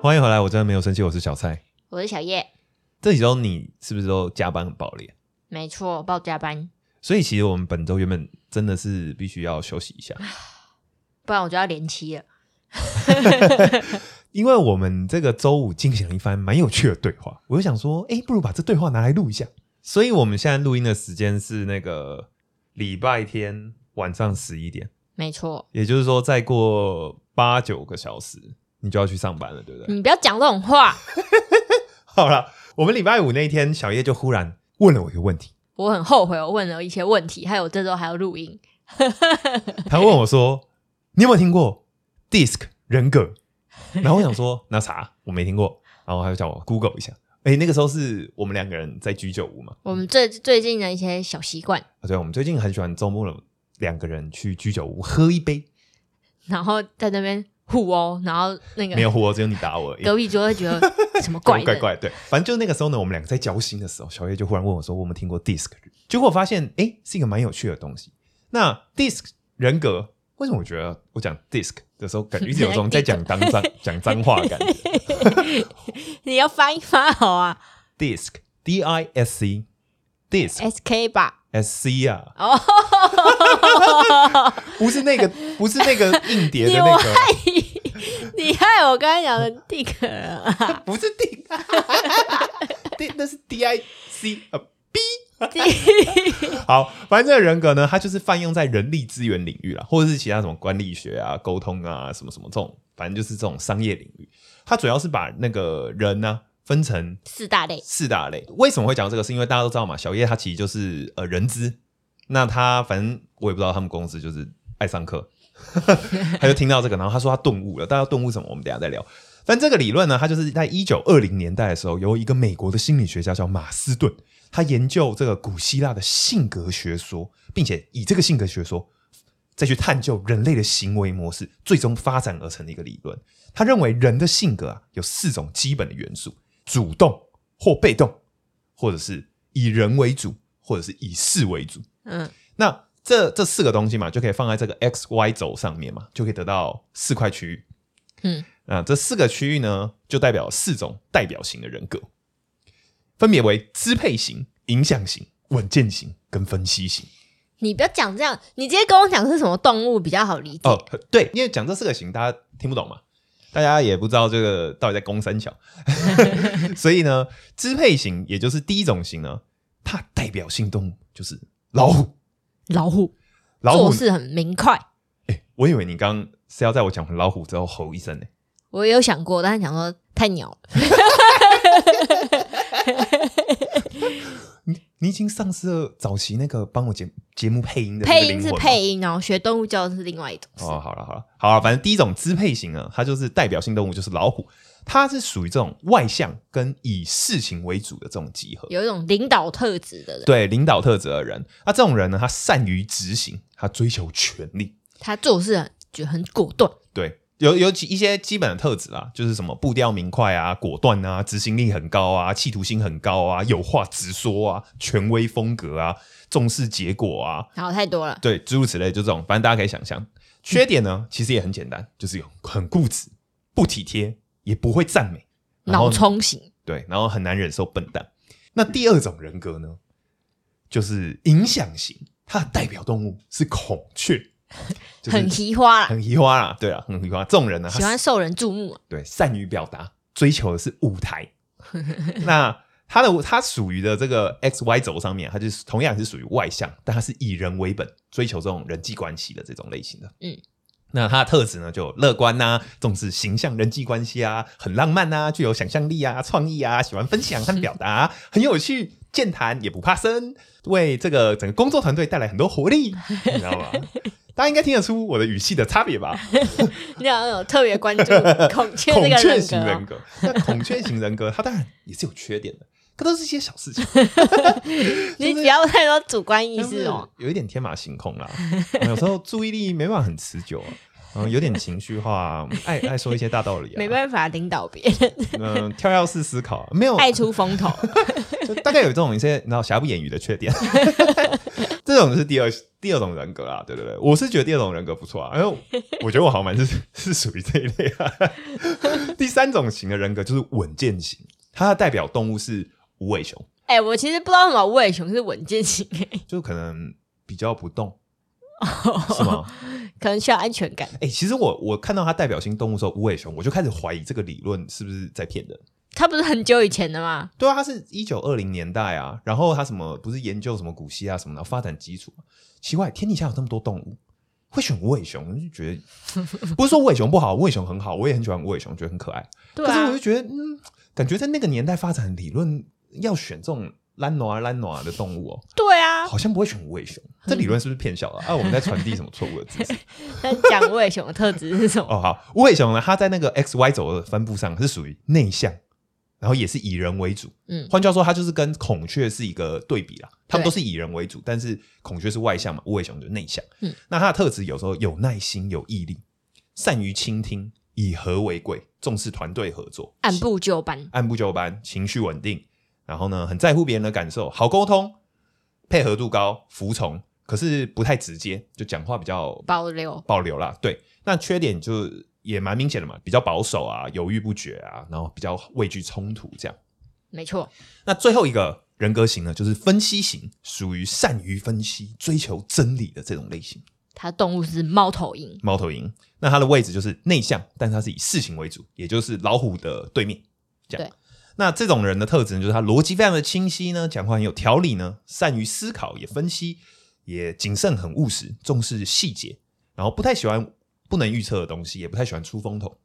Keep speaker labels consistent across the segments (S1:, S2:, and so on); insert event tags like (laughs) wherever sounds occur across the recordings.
S1: 欢迎回来，我真的没有生气，我是小蔡。
S2: 我是小叶，
S1: 这几周你是不是都加班很爆裂？
S2: 没错，报加班，
S1: 所以其实我们本周原本真的是必须要休息一下，
S2: 不然我就要连期了。
S1: 因为我们这个周五进行了一番蛮有趣的对话，我就想说，哎，不如把这对话拿来录一下。所以我们现在录音的时间是那个礼拜天晚上十一点，
S2: 没错，
S1: 也就是说再过八九个小时你就要去上班了，对不对？
S2: 你不要讲这种话，
S1: 好了，我们礼拜五那一天，小叶就忽然问了我一个问题，
S2: 我很后悔我问了一些问题，还有这周还要录音。
S1: 他问我说：“你有没有听过 DISC 人格？” (laughs) 然后我想说：“那啥，我没听过。”然后他就叫我 Google 一下。哎，那个时候是我们两个人在居酒屋嘛？
S2: 我们最最近的一些小习惯，
S1: 啊，对，我们最近很喜欢周末了，两个人去居酒屋喝一杯，
S2: 然后在那边互殴，然后那个
S1: 没有互殴，只有你打我而已。
S2: 隔壁就会觉
S1: (laughs)
S2: 得什么怪人
S1: 怪怪，对，反正就是那个时候呢，我们两个在交心的时候，小叶就忽然问我说：“我们听过 DISC？” 结果我发现，哎，是一个蛮有趣的东西。那 DISC 人格，为什么我觉得我讲 DISC 的时候，感觉一直有种在讲脏
S2: (laughs)
S1: 脏讲脏话的感觉
S2: 你要发音发好啊
S1: ？DISC D I S C DISC
S2: ，S K 吧。
S1: S C 啊，
S2: 哎哦，
S1: 不是那个，不是那个硬碟的
S2: (laughs) 你
S1: 那
S2: 我
S1: 个，
S2: 害 (laughs) 你害我刚才讲的 Dick 了啊
S1: 不是 D，D 那是 D I C 啊。
S2: (laughs)
S1: 好，反正这个人格呢，它就是泛用在人力资源领域啦，或者是其他什么管理学啊、沟通啊、什么什么这种，反正就是这种商业领域。它主要是把那个人呢、分成
S2: 四大类，
S1: 四大类。为什么会讲到这个？是因为大家都知道嘛，小叶他其实就是呃人资，那他反正我也不知道他们公司就是爱上课， (laughs) 他就听到这个，然后他说他顿悟了。大家顿悟什么？我们等一下再聊。但这个理论呢，它就是在一九二零年代的时候，由一个美国的心理学家叫马斯顿，他研究这个古希腊的性格学说，并且以这个性格学说再去探究人类的行为模式，最终发展而成的一个理论。他认为人的性格啊有四种基本的元素：主动或被动，或者是以人为主，或者是以事为主。
S2: 嗯，
S1: 那这这四个东西嘛，就可以放在这个 x y 轴上面嘛，就可以得到四块区域。
S2: 嗯，
S1: 啊，这四个区域呢，就代表四种代表型的人格，分别为支配型、影响型、稳健型跟分析型。
S2: 你不要讲这样，你直接跟我讲是什么动物比较好理解。
S1: 哦，对，因为讲这四个型，大家听不懂嘛，大家也不知道这个到底在攻三小， (laughs) 所以呢，支配型也就是第一种型呢，它代表性动物就是老虎。
S2: 老虎
S1: 老虎
S2: 做，事很明快，
S1: 哎、我以为你刚刚是要在我讲完老虎之后吼一声欸呢、
S2: 我也有想过，但是想说太鸟了，
S1: 你已经丧失了早期那个帮我节节目配音的那个
S2: 配音
S1: 灵
S2: 是
S1: 魂吗
S2: 配音，然后学动物教育是另外一种事。
S1: 哦，好了好了好了，反正第一种支配型呢，它就是代表性动物，就是老虎，它是属于这种外向跟以事情为主的这种集合。
S2: 有一种领导特质的人，
S1: 对领导特质的人，那、这种人呢，他善于执行，他追求权力，
S2: 他做事很就很果断，
S1: 对，有有几一些基本的特质啦，就是什么步调明快啊、果断啊、执行力很高啊、企图心很高啊、有话直说啊、权威风格啊、重视结果啊，
S2: 然后太多了，
S1: 对，诸如此类，就这种，反正大家可以想象。缺点呢，其实也很简单，就是有很固执、不体贴，也不会赞美，然后
S2: 脑冲型，
S1: 对，然后很难忍受笨蛋。那第二种人格呢，就是影响型，它的代表动物是孔雀，就是
S2: 很奇花啦，
S1: 很移花啦，对啊，很移花。这种人呢，他
S2: 喜欢受人注目啊，
S1: 对，善于表达，追求的是舞台。那他的他属于的这个 X Y 轴上面，他就是同样是属于外向，但他是以人为本，追求这种人际关系的这种类型的。
S2: 嗯，
S1: 那他的特质呢，就有乐观呐、重视形象人际关系啊，很浪漫呐、具有想象力啊、创意啊，喜欢分享和表达，很有趣。健谈也不怕生，为这个整个工作团队带来很多活力，你知道吗？大家应该听得出我的语气的差别吧？
S2: 你好像有特别关注孔雀
S1: 孔
S2: 这个
S1: 雀
S2: 人
S1: 型 (laughs) 人
S2: 格啊 (laughs)
S1: 格，那孔雀型人格，它当然也是有缺点的，可都是一些小
S2: (laughs)
S1: 事情，
S2: 哦，你不要太多主观意
S1: 但
S2: 识
S1: 是
S2: 哦。
S1: 有一点天马行空啦。 (laughs) 嗯有时候注意力没办法很持久
S2: (laughs)
S1: 啊，嗯，有点情绪化啊，爱爱说一些大道理啊，
S2: (laughs) 没办法领导别人，
S1: 嗯，跳跃式思
S2: (laughs)
S1: 考啊，没有， (laughs)
S2: 爱出风头。 (laughs)
S1: 就大概有这种一些，你知道瑕不掩瑜的缺点。这种是第二第二种人格啊，对对对，我是觉得第二种人格不错啊，因为我觉得我好像蛮是 (laughs) 是属于这一类
S2: (laughs)
S1: 啊。第三种型的人格就是稳健型，它的代表动物是无尾熊，
S2: 哎、我其实不知道为什么无尾熊是稳健型、哎，
S1: 就可能比较不动，是
S2: (laughs)
S1: 吗？
S2: 可能需要安全感。
S1: 哎、其实我我看到它代表性动物的时候，无尾熊，我就开始怀疑这个理论是不是在骗人。
S2: 它不是很久以前的吗？
S1: 对啊，它是一九二零年代啊，然后它什么不是研究什么古希腊什么的发展基础嘛？啊奇怪，天底下有那么多动物，会选无尾熊，我就觉得 (laughs) 不是说无尾熊不好，无尾熊很好，我也很喜欢无尾熊，觉得很可爱。
S2: 对
S1: 可是我
S2: 啊
S1: 就，觉得，嗯，感觉在那个年代发展理论要选这种懒暖懒暖的动物哦，
S2: 对啊，
S1: 好像不会选无尾熊。这理论是不是骗小
S2: (laughs)
S1: 了？啊，我们在传递什么错误的知识？
S2: 那讲无尾熊的特质是什么？
S1: 哦，好，无尾熊呢，它在那个 X Y 轴的分布上是属于内向，然后也是以人为主。
S2: 嗯，
S1: 换句话说，它就是跟孔雀是一个对比啦。它们
S2: 对
S1: 都是以人为主，但是孔雀是外向嘛，无尾熊就是内向。
S2: 嗯
S1: 那它的特质有时候有耐心、有毅力，善于倾听，以和为贵，重视团队合作，
S2: 按部就班。
S1: 按部就班，情绪稳定，然后呢，很在乎别人的感受，好沟通，配合度高，服从，可是不太直接，就讲话比较
S2: 保留，
S1: 保留啦。对，那缺点就也蛮明显的嘛，比较保守啊，犹豫不决啊，然后比较畏惧冲突这样。
S2: 没错，
S1: 那最后一个人格型呢，就是分析型，属于善于分析、追求真理的这种类型。
S2: 它的动物是猫头鹰，
S1: 猫头鹰，那它的位置就是内向，但它是以事情为主，也就是老虎的对面。这样
S2: 对，
S1: 那这种人的特质呢就是他逻辑非常的清晰呢，讲话很有条理呢，善于思考，也分析，也谨慎，很务实，重视细节，然后不太喜欢不能预测的东西，也不太喜欢出风头。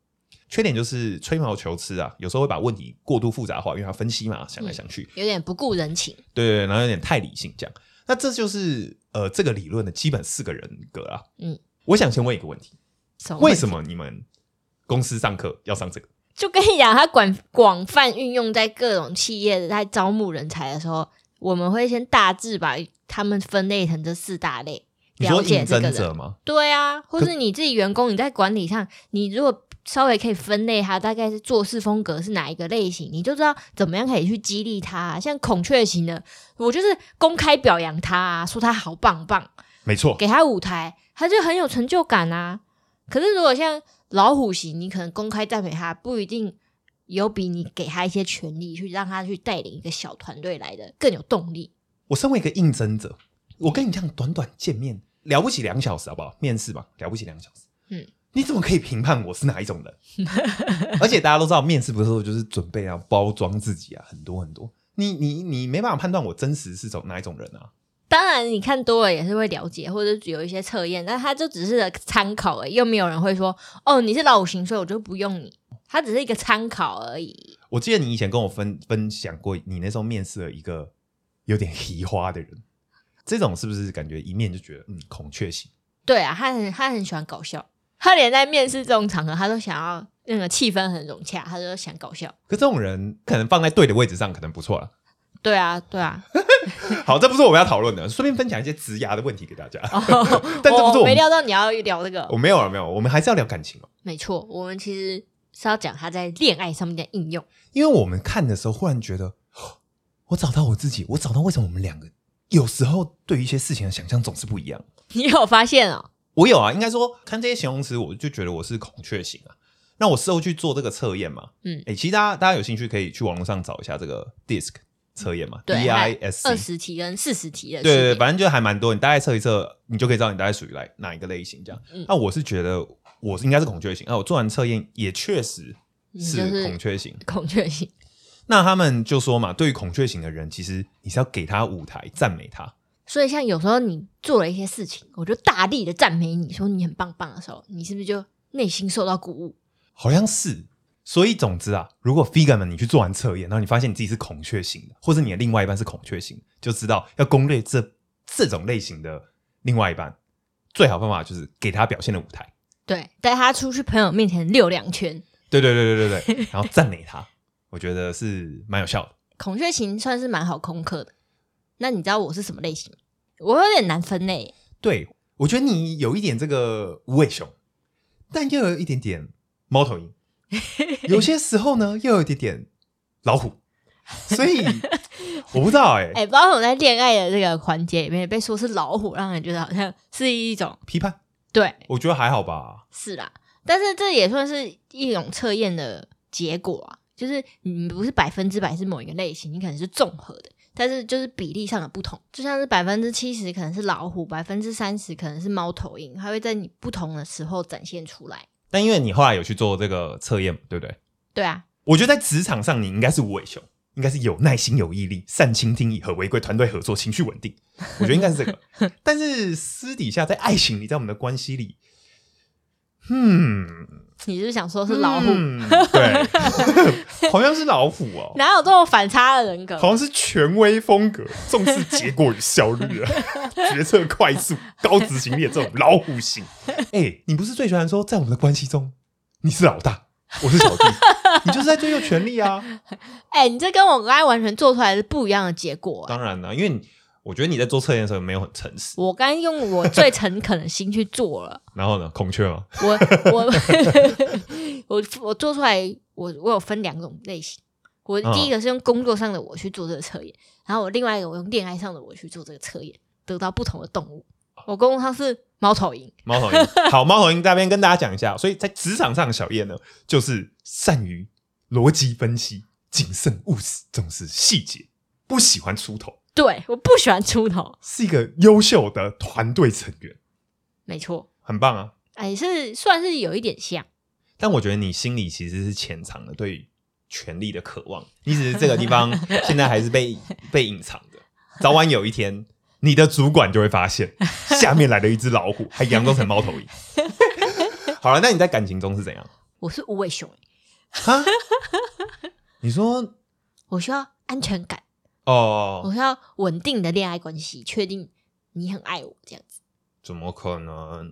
S1: 缺点就是吹毛求疵啊，有时候会把问题过度复杂化，因为他分析嘛，想来想去，
S2: 有点不顾人情。
S1: 对对，对然后有点太理性这样。那这就是呃这个理论的基本四个人格啊。
S2: 嗯，
S1: 我想先问一个问题：
S2: 什
S1: 啊为什么你们公司上课要上这个？
S2: 就跟你讲，它广广泛运用在各种企业在招募人才的时候，我们会先大致把他们分类成这四大类，
S1: 你说
S2: 了解
S1: 应
S2: 这个
S1: 征
S2: 人。
S1: 者吗？
S2: 对啊，或是你自己员工，你在管理上，你如果稍微可以分类他大概是做事风格是哪一个类型，你就知道怎么样可以去激励他、啊像孔雀型的，我就是公开表扬他、啊，说他好棒棒，
S1: 没错，
S2: 给他舞台，他就很有成就感啊。可是如果像老虎型，你可能公开赞美他，不一定有比你给他一些权利去让他去带领一个小团队来的更有动力。
S1: 我身为一个应征者，我跟你这样短短见面，了不起两小时好不好？面试吧，了不起两小时。
S2: 嗯，
S1: 你怎么可以评判我是哪一种人？ (laughs) 而且大家都知道，面试不是就是准备啊，包装自己啊，很多很多。你你你没办法判断我真实是种哪一种人啊。
S2: 当然，你看多了也是会了解，或者有一些测验，但它就只是个参考而已，又没有人会说哦，你是老虎型，所以我就不用你。它只是一个参考而已。
S1: 我记得你以前跟我分分享过，你那时候面试了一个有点奇花的人，这种是不是感觉一面就觉得嗯孔雀型？
S2: 对啊，他很他很喜欢搞笑，他连在面试这种场合，他都想要那个气氛很融洽，他就想搞笑。
S1: 可这种人可能放在对的位置上，可能不错了。
S2: 对啊，对啊，
S1: 好，这不是我们要讨论的，顺便分享一些职涯的问题给大家。 (laughs) 但这不是
S2: 哦我
S1: 我
S2: 没
S1: 们，哦
S2: 料到你要聊这个
S1: 我，没有了，没有，我们还是要聊感情哦。
S2: 没错，我们其实是要讲他在恋爱上面的应用。
S1: 因为我们看的时候，忽然觉得 (gasps) 哦我找到我自己，我找到为什么我们两个有时候对于一些事情的想象总是不一样。
S2: 你有发现哦？
S1: 我有啊，应该说看这些形容词，我就觉得我是孔雀型啊。那我事后去做这个测验嘛，
S2: 嗯
S1: 诶，其实大家大家有兴趣可以去网络上找一下这个 DISC 测验嘛
S2: 对
S1: ，D I S
S2: 二
S1: C，
S2: 十题跟四十题的
S1: 对对
S2: 区
S1: 对，
S2: 别
S1: 反正就还蛮多，你大概测一测，你就可以知道你大概属于来哪一个类型这样。那、
S2: 嗯
S1: 我是觉得我是应该是孔雀型，啊，我做完测验也确实
S2: 你就是是
S1: 孔雀型。
S2: 孔雀型。
S1: 那他们就说嘛，对于孔雀型的人，其实你是要给他舞台，赞美他，
S2: 所以，像有时候你做了一些事情，我就大力的赞美你说你很棒棒的时候，你是不是就内心受到鼓舞？
S1: 好像是。所以总之啊，如果 figure 们你去做完测验，然后你发现你自己是孔雀型的，或者你的另外一半是孔雀型，就知道要攻略这这种类型的另外一半，最好方法就是给他表现的舞台。
S2: 对，带他出去朋友面前溜两圈。
S1: 对对对对对对，然后赞美他，我觉得是蛮有效的。
S2: 孔雀型算是蛮好空克的。那你知道我是什么类型吗？我有点难分类。
S1: 对，我觉得你有一点这个无尾熊，但又有一点点猫头鹰，有些时候呢又有一点点老虎，所以我不知道哎、
S2: 哎、不知道为什么在恋爱的这个环节里面被说是老虎，让人觉得好像是一种
S1: 批判
S2: 对
S1: 我觉得还好吧，
S2: 是啦，但是这也算是一种测验的结果啊，就是你不是百分之百是某一个类型，你可能是综合的，但是就是比例上的不同，就像是百分之七十可能是老虎，百分之三十可能是猫头鹰，它会在你不同的时候展现出来。
S1: 但因为你后来有去做这个测验嘛，对不对？
S2: 对啊，
S1: 我觉得在职场上，你应该是无尾熊，应该是有耐心、有毅力、善倾听、以和为贵、团队合作、情绪稳定。我觉得应该是这个。但是私底下在爱情里，在我们的关系里，嗯，
S2: 你是不是想说是老虎？
S1: 嗯对， (laughs) 好像是老虎哦，
S2: 哪有这种反差的人格？
S1: 好像是权威风格，重视结果与效率啊， (laughs) 决策快速、高执行力的这种老虎型。哎、你不是最喜欢说，在我们的关系中，你是老大，我是小弟，你就是在追求权力啊。
S2: 哎、你这跟我刚才完全做出来是不一样的结果、啊。
S1: 当然啦，因为你我觉得你在做测验的时候没有很诚实。
S2: 我刚用我最诚恳的心去做了，
S1: 然后呢，孔雀嘛，
S2: 我我我我做出来，我我有分两种类型。我
S1: 嗯
S2: 第一个是用工作上的我去做这个测验，然后我另外一个我用恋爱上的我去做这个测验，得到不同的动物。我工作上是猫头鹰，
S1: 猫头鹰。好，猫头鹰在这边跟大家讲一下，所以在职场上，小叶呢就是善于逻辑分析、谨慎务实，重视细节，不喜欢出头，
S2: 对，我不喜欢出头，
S1: 是一个优秀的团队成员，
S2: 没错，
S1: 很棒啊。
S2: 哎，是算是有一点像，
S1: 但我觉得你心里其实是潜藏的对于权力的渴望，你只是这个地
S2: (laughs)
S1: 方现在还是被被隐藏的，早晚有一天你的主管就会发
S2: (laughs)
S1: 现，下面来了一只老虎，还佯装成猫头鹰。好了，那你在感情中是怎样？
S2: 我是无尾熊，欸
S1: 哈，你说
S2: 我需要安全感，
S1: 哦，
S2: 我需要稳定的恋爱关系，确定你很爱我这样子。
S1: 怎么可能？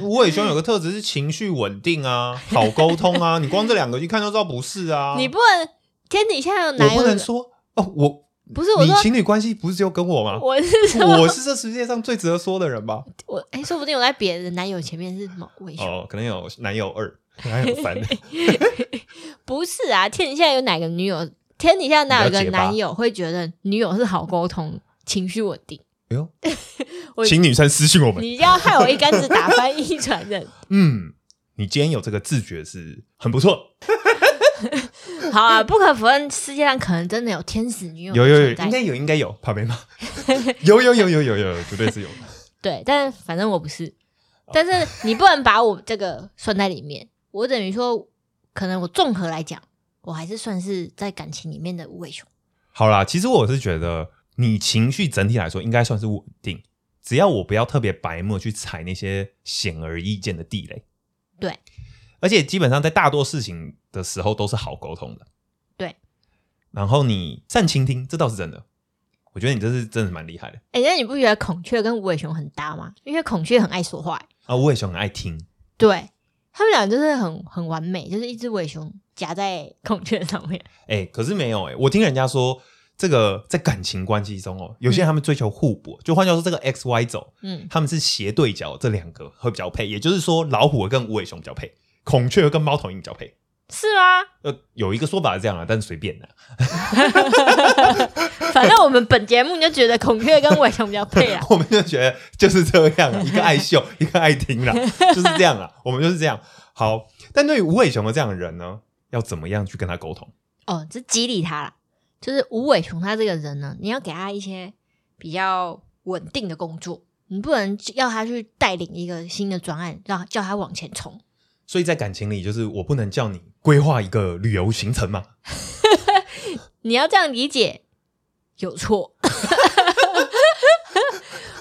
S1: 无尾熊有个特质是情绪稳定啊，好沟通啊，你光这两个一看就知道不是啊。
S2: 你不能天底下有
S1: 我
S2: 哪有
S1: 不能
S2: 人
S1: 说哦，我
S2: 不是我
S1: 你
S2: 说
S1: 情侣关系不是只有跟我吗？
S2: 我是 (laughs) 说
S1: 我是这世界上最值得说的人吧？
S2: 我哎、说不定我在别人的男友前面是某位熊，
S1: 哦，可能有男友二，男友
S2: (laughs)
S1: 三，哎
S2: 不是啊？天底下有哪个女友，天底下哪有
S1: 比较
S2: 个
S1: 结巴
S2: 男友会觉得女友是好沟通、情绪稳定？
S1: 哎呦
S2: (laughs) 我，
S1: 请女生私信我们。
S2: 你这样害我一竿子打翻一
S1: (laughs)
S2: 船人。
S1: 嗯，你今天有这个自觉是很不错，
S2: 好啊，不可否认，世界上可能真的有天使女友
S1: 有有有，
S2: 存在
S1: 应该有，应该有，旁
S2: (laughs)
S1: 边吗？有有有有有有，绝对是有。
S2: 对，但反正我不是，
S1: 哦
S2: 但是你不能把我这个算在里面。我等于说，可能我综合来讲，我还是算是在感情里面的无尾熊。
S1: 好啦，其实我是觉得你情绪整体来说应该算是稳定，只要我不要特别白目去踩那些显而易见的地雷。
S2: 对，
S1: 而且基本上在大多事情的时候都是好沟通的。
S2: 对，
S1: 然后你善倾听，这倒是真的。我觉得你这是真的蛮厉害的
S2: 哎、那你不觉得孔雀跟无尾熊很搭吗？因为孔雀很爱说话、
S1: 啊！我也是很爱听，
S2: 对他们俩就是很很完美，就是一只尾熊夹在孔雀上面。
S1: 哎、可是没有哎、我听人家说。这个在感情关系中哦，有些人他们追求互补，就换句话说，这个 X Y 轴
S2: 嗯，
S1: 他们是斜对角，这两个会比较配，也就是说，老虎跟无尾熊比较配，孔雀跟猫头鹰比较配。
S2: 是吗？
S1: 呃，有一个说法是这样啊，但是随便的、。
S2: 反正我们本节目就觉得孔雀跟尾熊比较配啊啦
S1: (laughs) 我们就觉得就是这样啊，一个爱秀， (laughs) 一个爱听啦，就是这样啊， (laughs) 我们就是这样。好，但对于无尾熊的这样的人呢，要怎么样去跟他沟通？
S2: (laughs) 哦，这激励他啦。就是无尾熊他这个人呢，你要给他一些比较稳定的工作，你不能要他去带领一个新的专案，让叫他往前冲。
S1: 所以在感情里，就是我不能叫你规划一个旅游行程嘛，
S2: 你要这样理解，有错。 (laughs)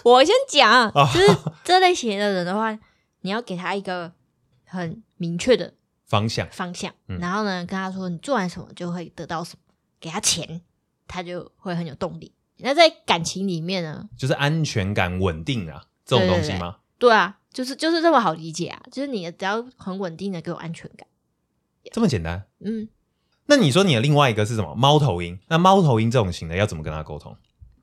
S2: 我先讲，
S1: 啊
S2: 就是这类型的人的话，你要给他一个很明确的
S1: 方向
S2: 方向，
S1: 嗯
S2: 然后呢，跟他说你做完什么就会得到什么，给他钱，他就会很有动力。那在感情里面呢，
S1: 就是安全感、稳定啊这种东西吗？
S2: 对啊，就是就是这么好理解啊，就是你只要很稳定的给我安全感，
S1: 这么简单？
S2: 嗯，
S1: 那你说你的另外一个是什么？猫头鹰？那猫头鹰这种型的要怎么跟他沟通？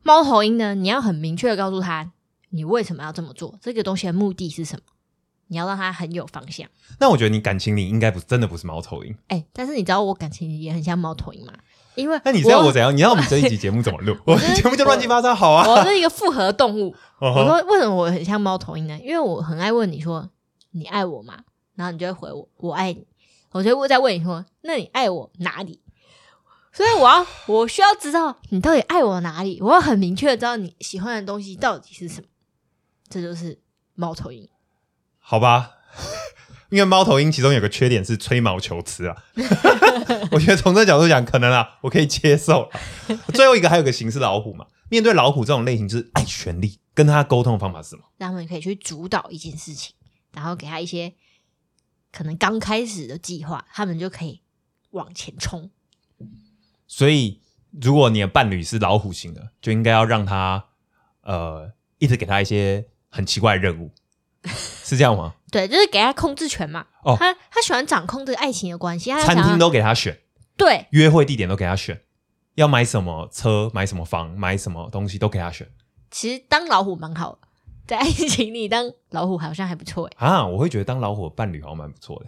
S2: 猫头鹰呢，你要很明确的告诉他你为什么要这么做，这个东西的目的是什么，你要让他很有方向。
S1: 那我觉得你感情里应该不真的不是猫头鹰，
S2: 哎、但是你知道我感情也很像猫头鹰吗？因为
S1: 那你要我怎
S2: (laughs)
S1: 样？你要我们这一集节目怎么录？ (laughs) 我们节目就乱七八糟，好啊。
S2: 我是一个复合动物。
S1: (laughs) 哦
S2: 我说为什么我很像猫头鹰呢？因为我很爱问你说你爱我吗？然后你就会回我我爱你。我就会再问你说那你爱我哪里？所以我要我需要知道你到底爱我哪里，我要很明确的知道你喜欢的东西到底是什么。这就是猫头鹰。
S1: 好吧， (laughs) 因为猫头鹰其中有个缺点是吹毛求疵啊， (laughs) 我觉得从这角度讲，可能啊，我可以接受啊。最后一个还有个形式老虎嘛，面对老虎这种类型，就是爱权力，跟他沟通的方法是什么？
S2: 让他们可以去主导一件事情，然后给他一些可能刚开始的计划，他们就可以往前冲。
S1: 所以，如果你的伴侣是老虎型的，就应该要让他呃，一直给他一些很奇怪的任务，是这样吗？
S2: 对，就是给他控制权嘛。
S1: 哦
S2: 他他喜欢掌控这个爱情的关系，他想
S1: 餐厅
S2: 要
S1: 都给他选，
S2: 对
S1: 约会地点都给他选，要买什么车、买什么房、买什么东西都给他选。
S2: 其实当老虎蛮好的，在爱情里当老虎好像还不错哎。
S1: 啊，我会觉得当老虎的伴侣好像蛮不错的，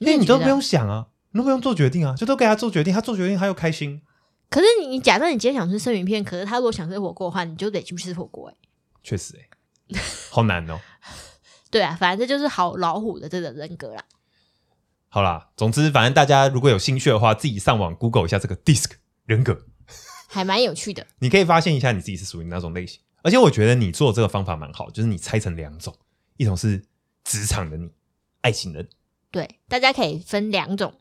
S1: 因
S2: 也
S1: 为你都
S2: 觉
S1: 不
S2: 得
S1: 用想啊，你都不用做决定啊，就都给他做决定，他做决定他又开心，
S2: 可是你你假设你今天想吃生鱼片，可是他如果想吃火锅的话，你就得去吃火锅哎。
S1: 确实、欸， (laughs) 好难哦。
S2: 对啊，反正这就是好老虎的这个人格啦。
S1: 好啦，总之反正大家如果有兴趣的话，自己上网 Google 一下这个 DISC 人格，
S2: 还蛮有趣的，
S1: 你可以发现一下你自己是属于哪种类型。而且我觉得你做这个方法蛮好，就是你拆成两种，一种是职场的你，爱情的你
S2: 对，大家可以分两种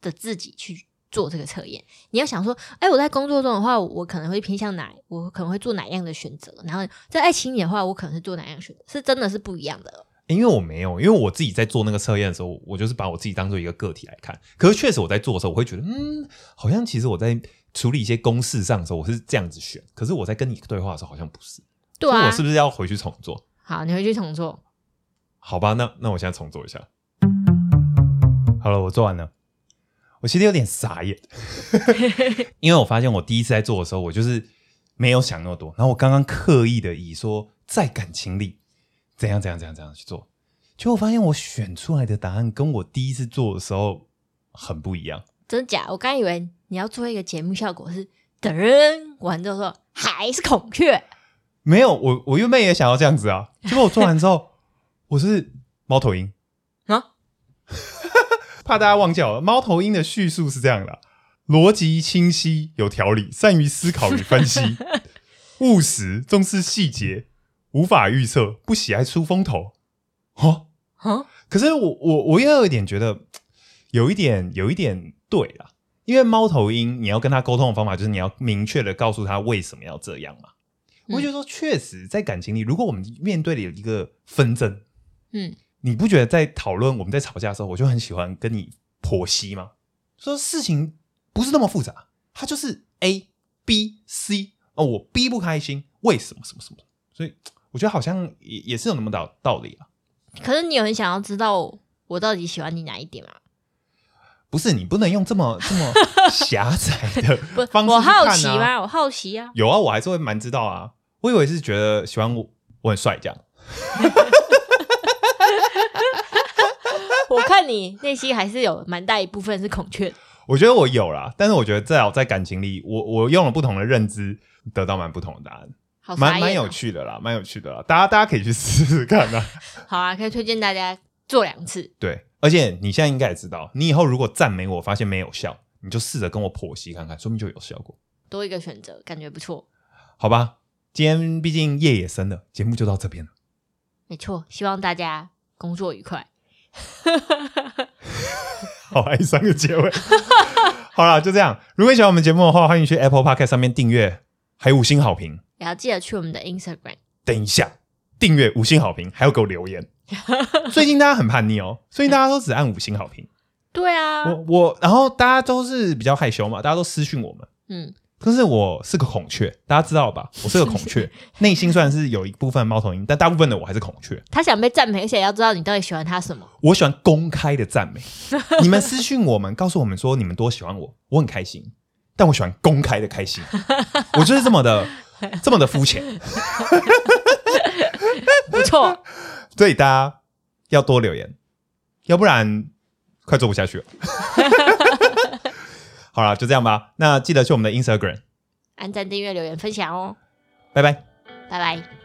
S2: 的自己去做这个测验。你要想说，哎，我在工作中的话，我可能会偏向哪，我可能会做哪样的选择，然后在爱情里的话，我可能是做哪样的选择，是真的是不一样的。
S1: 因为我没有，因为我自己在做那个测验的时候，我就是把我自己当做一个个体来看。可是确实我在做的时候，我会觉得，嗯，好像其实我在处理一些公式上的时候，我是这样子选。可是我在跟你对话的时候，好像不是。
S2: 对
S1: 所以
S2: 啊，
S1: 我是不是要回去重做？
S2: 好，你回去重做。
S1: 好吧，那那我现在重做一下。好了，我做完了。我其实有点傻 (laughs) 眼，因为我发现我第一次在做的时候，我就是没有想那么多，然后我刚刚刻意的以说在感情里怎样怎样怎样怎样去做，结果我发现我选出来的答案跟我第一次做的时候很不一样。
S2: 真假？我刚以为你要做一个节目效果是等人完之后说还是孔雀，
S1: 没有，我我原本也想要这样子啊，结果我做完之后， (laughs) 我是猫头鹰
S2: 啊，
S1: 怕大家忘记了，猫头鹰的叙述是这样的啊：逻辑清晰、有条理，善于思考与分析，务实，重视细节，无法预测，不喜爱出风头。哦，
S2: 啊，
S1: 可是我我我又有一点觉得，有一点有一点对啦，因为猫头鹰你要跟他沟通的方法就是你要明确的告诉他为什么要这样嘛。
S2: 嗯
S1: 我觉得说，确实在感情里，如果我们面对了一个纷争，
S2: 嗯，
S1: 你不觉得在讨论我们在吵架的时候，我就很喜欢跟你剖析吗？说事情不是那么复杂，它就是 A、B、C 哦，我 B 不开心，为什么什么什么？所以我觉得好像也也是有那么道道理啊。
S2: 可是你有很想要知道我到底喜欢你哪一点吗？
S1: 不是你不能用这么这么狭窄的
S2: (laughs) 不，
S1: 方式、去
S2: 我好
S1: 看
S2: 奇
S1: 啊？
S2: 吗？我好奇啊，
S1: 有啊，我还是会蛮知道啊。我以为是觉得喜欢我，我很帅这样。
S2: 我看你内心还是有蛮大一部分是孔雀的。
S1: 我觉得我有啦，但是我觉得至少在感情里，我我用了不同的认知，得到蛮不同的答案，
S2: 好傻
S1: 蛮
S2: 眼
S1: 蛮
S2: 哦
S1: 有趣的啦，蛮有趣的啦。大家大家可以去试试看
S2: (laughs)
S1: 啊。
S2: 好啊，可以推荐大家做两次。
S1: 对，而且你现在应该也知道，你以后如果赞美我发现没有效，你就试着跟我剖析看看，说明就有效果，
S2: 多一个选择，感觉不错。
S1: 好吧？今天毕竟夜也深了，节目就到这边了。
S2: 没错，希望大家工作愉快。
S1: 好哀伤的结尾。 (laughs) 好啦，就这样。如果你喜欢我们节目的话，欢迎去 Apple Podcast 上面订阅，还有五星好评。
S2: 也要记得去我们的 Instagram。
S1: 等一下，订阅五星好评，还要给我留言。最近大家很叛逆哦，最近大家都只按五星好评。
S2: 对啊，
S1: 我我，然后大家都是比较害羞嘛，大家都私讯我们。
S2: 嗯，
S1: 可是我是个孔雀，大家知道吧？我是个孔雀，内心虽然是有一部分猫头鹰，但大部分的我还是孔雀。
S2: 他想被赞美，而且要知道你到底喜欢他什么。
S1: 我喜欢公开的赞美，你们私讯我们，告诉我们说你们多喜欢我，我很开心。但我喜欢公开的开心，我就是这么的这么的肤浅，
S2: 不
S1: (laughs)
S2: 错，
S1: 所以大家要多留言，要不然快做不下去了。 (laughs) 好啦，就这样吧。那记得去我们的 Instagram，
S2: 按赞、订阅、留言、分享哦，
S1: 拜拜。
S2: 拜拜。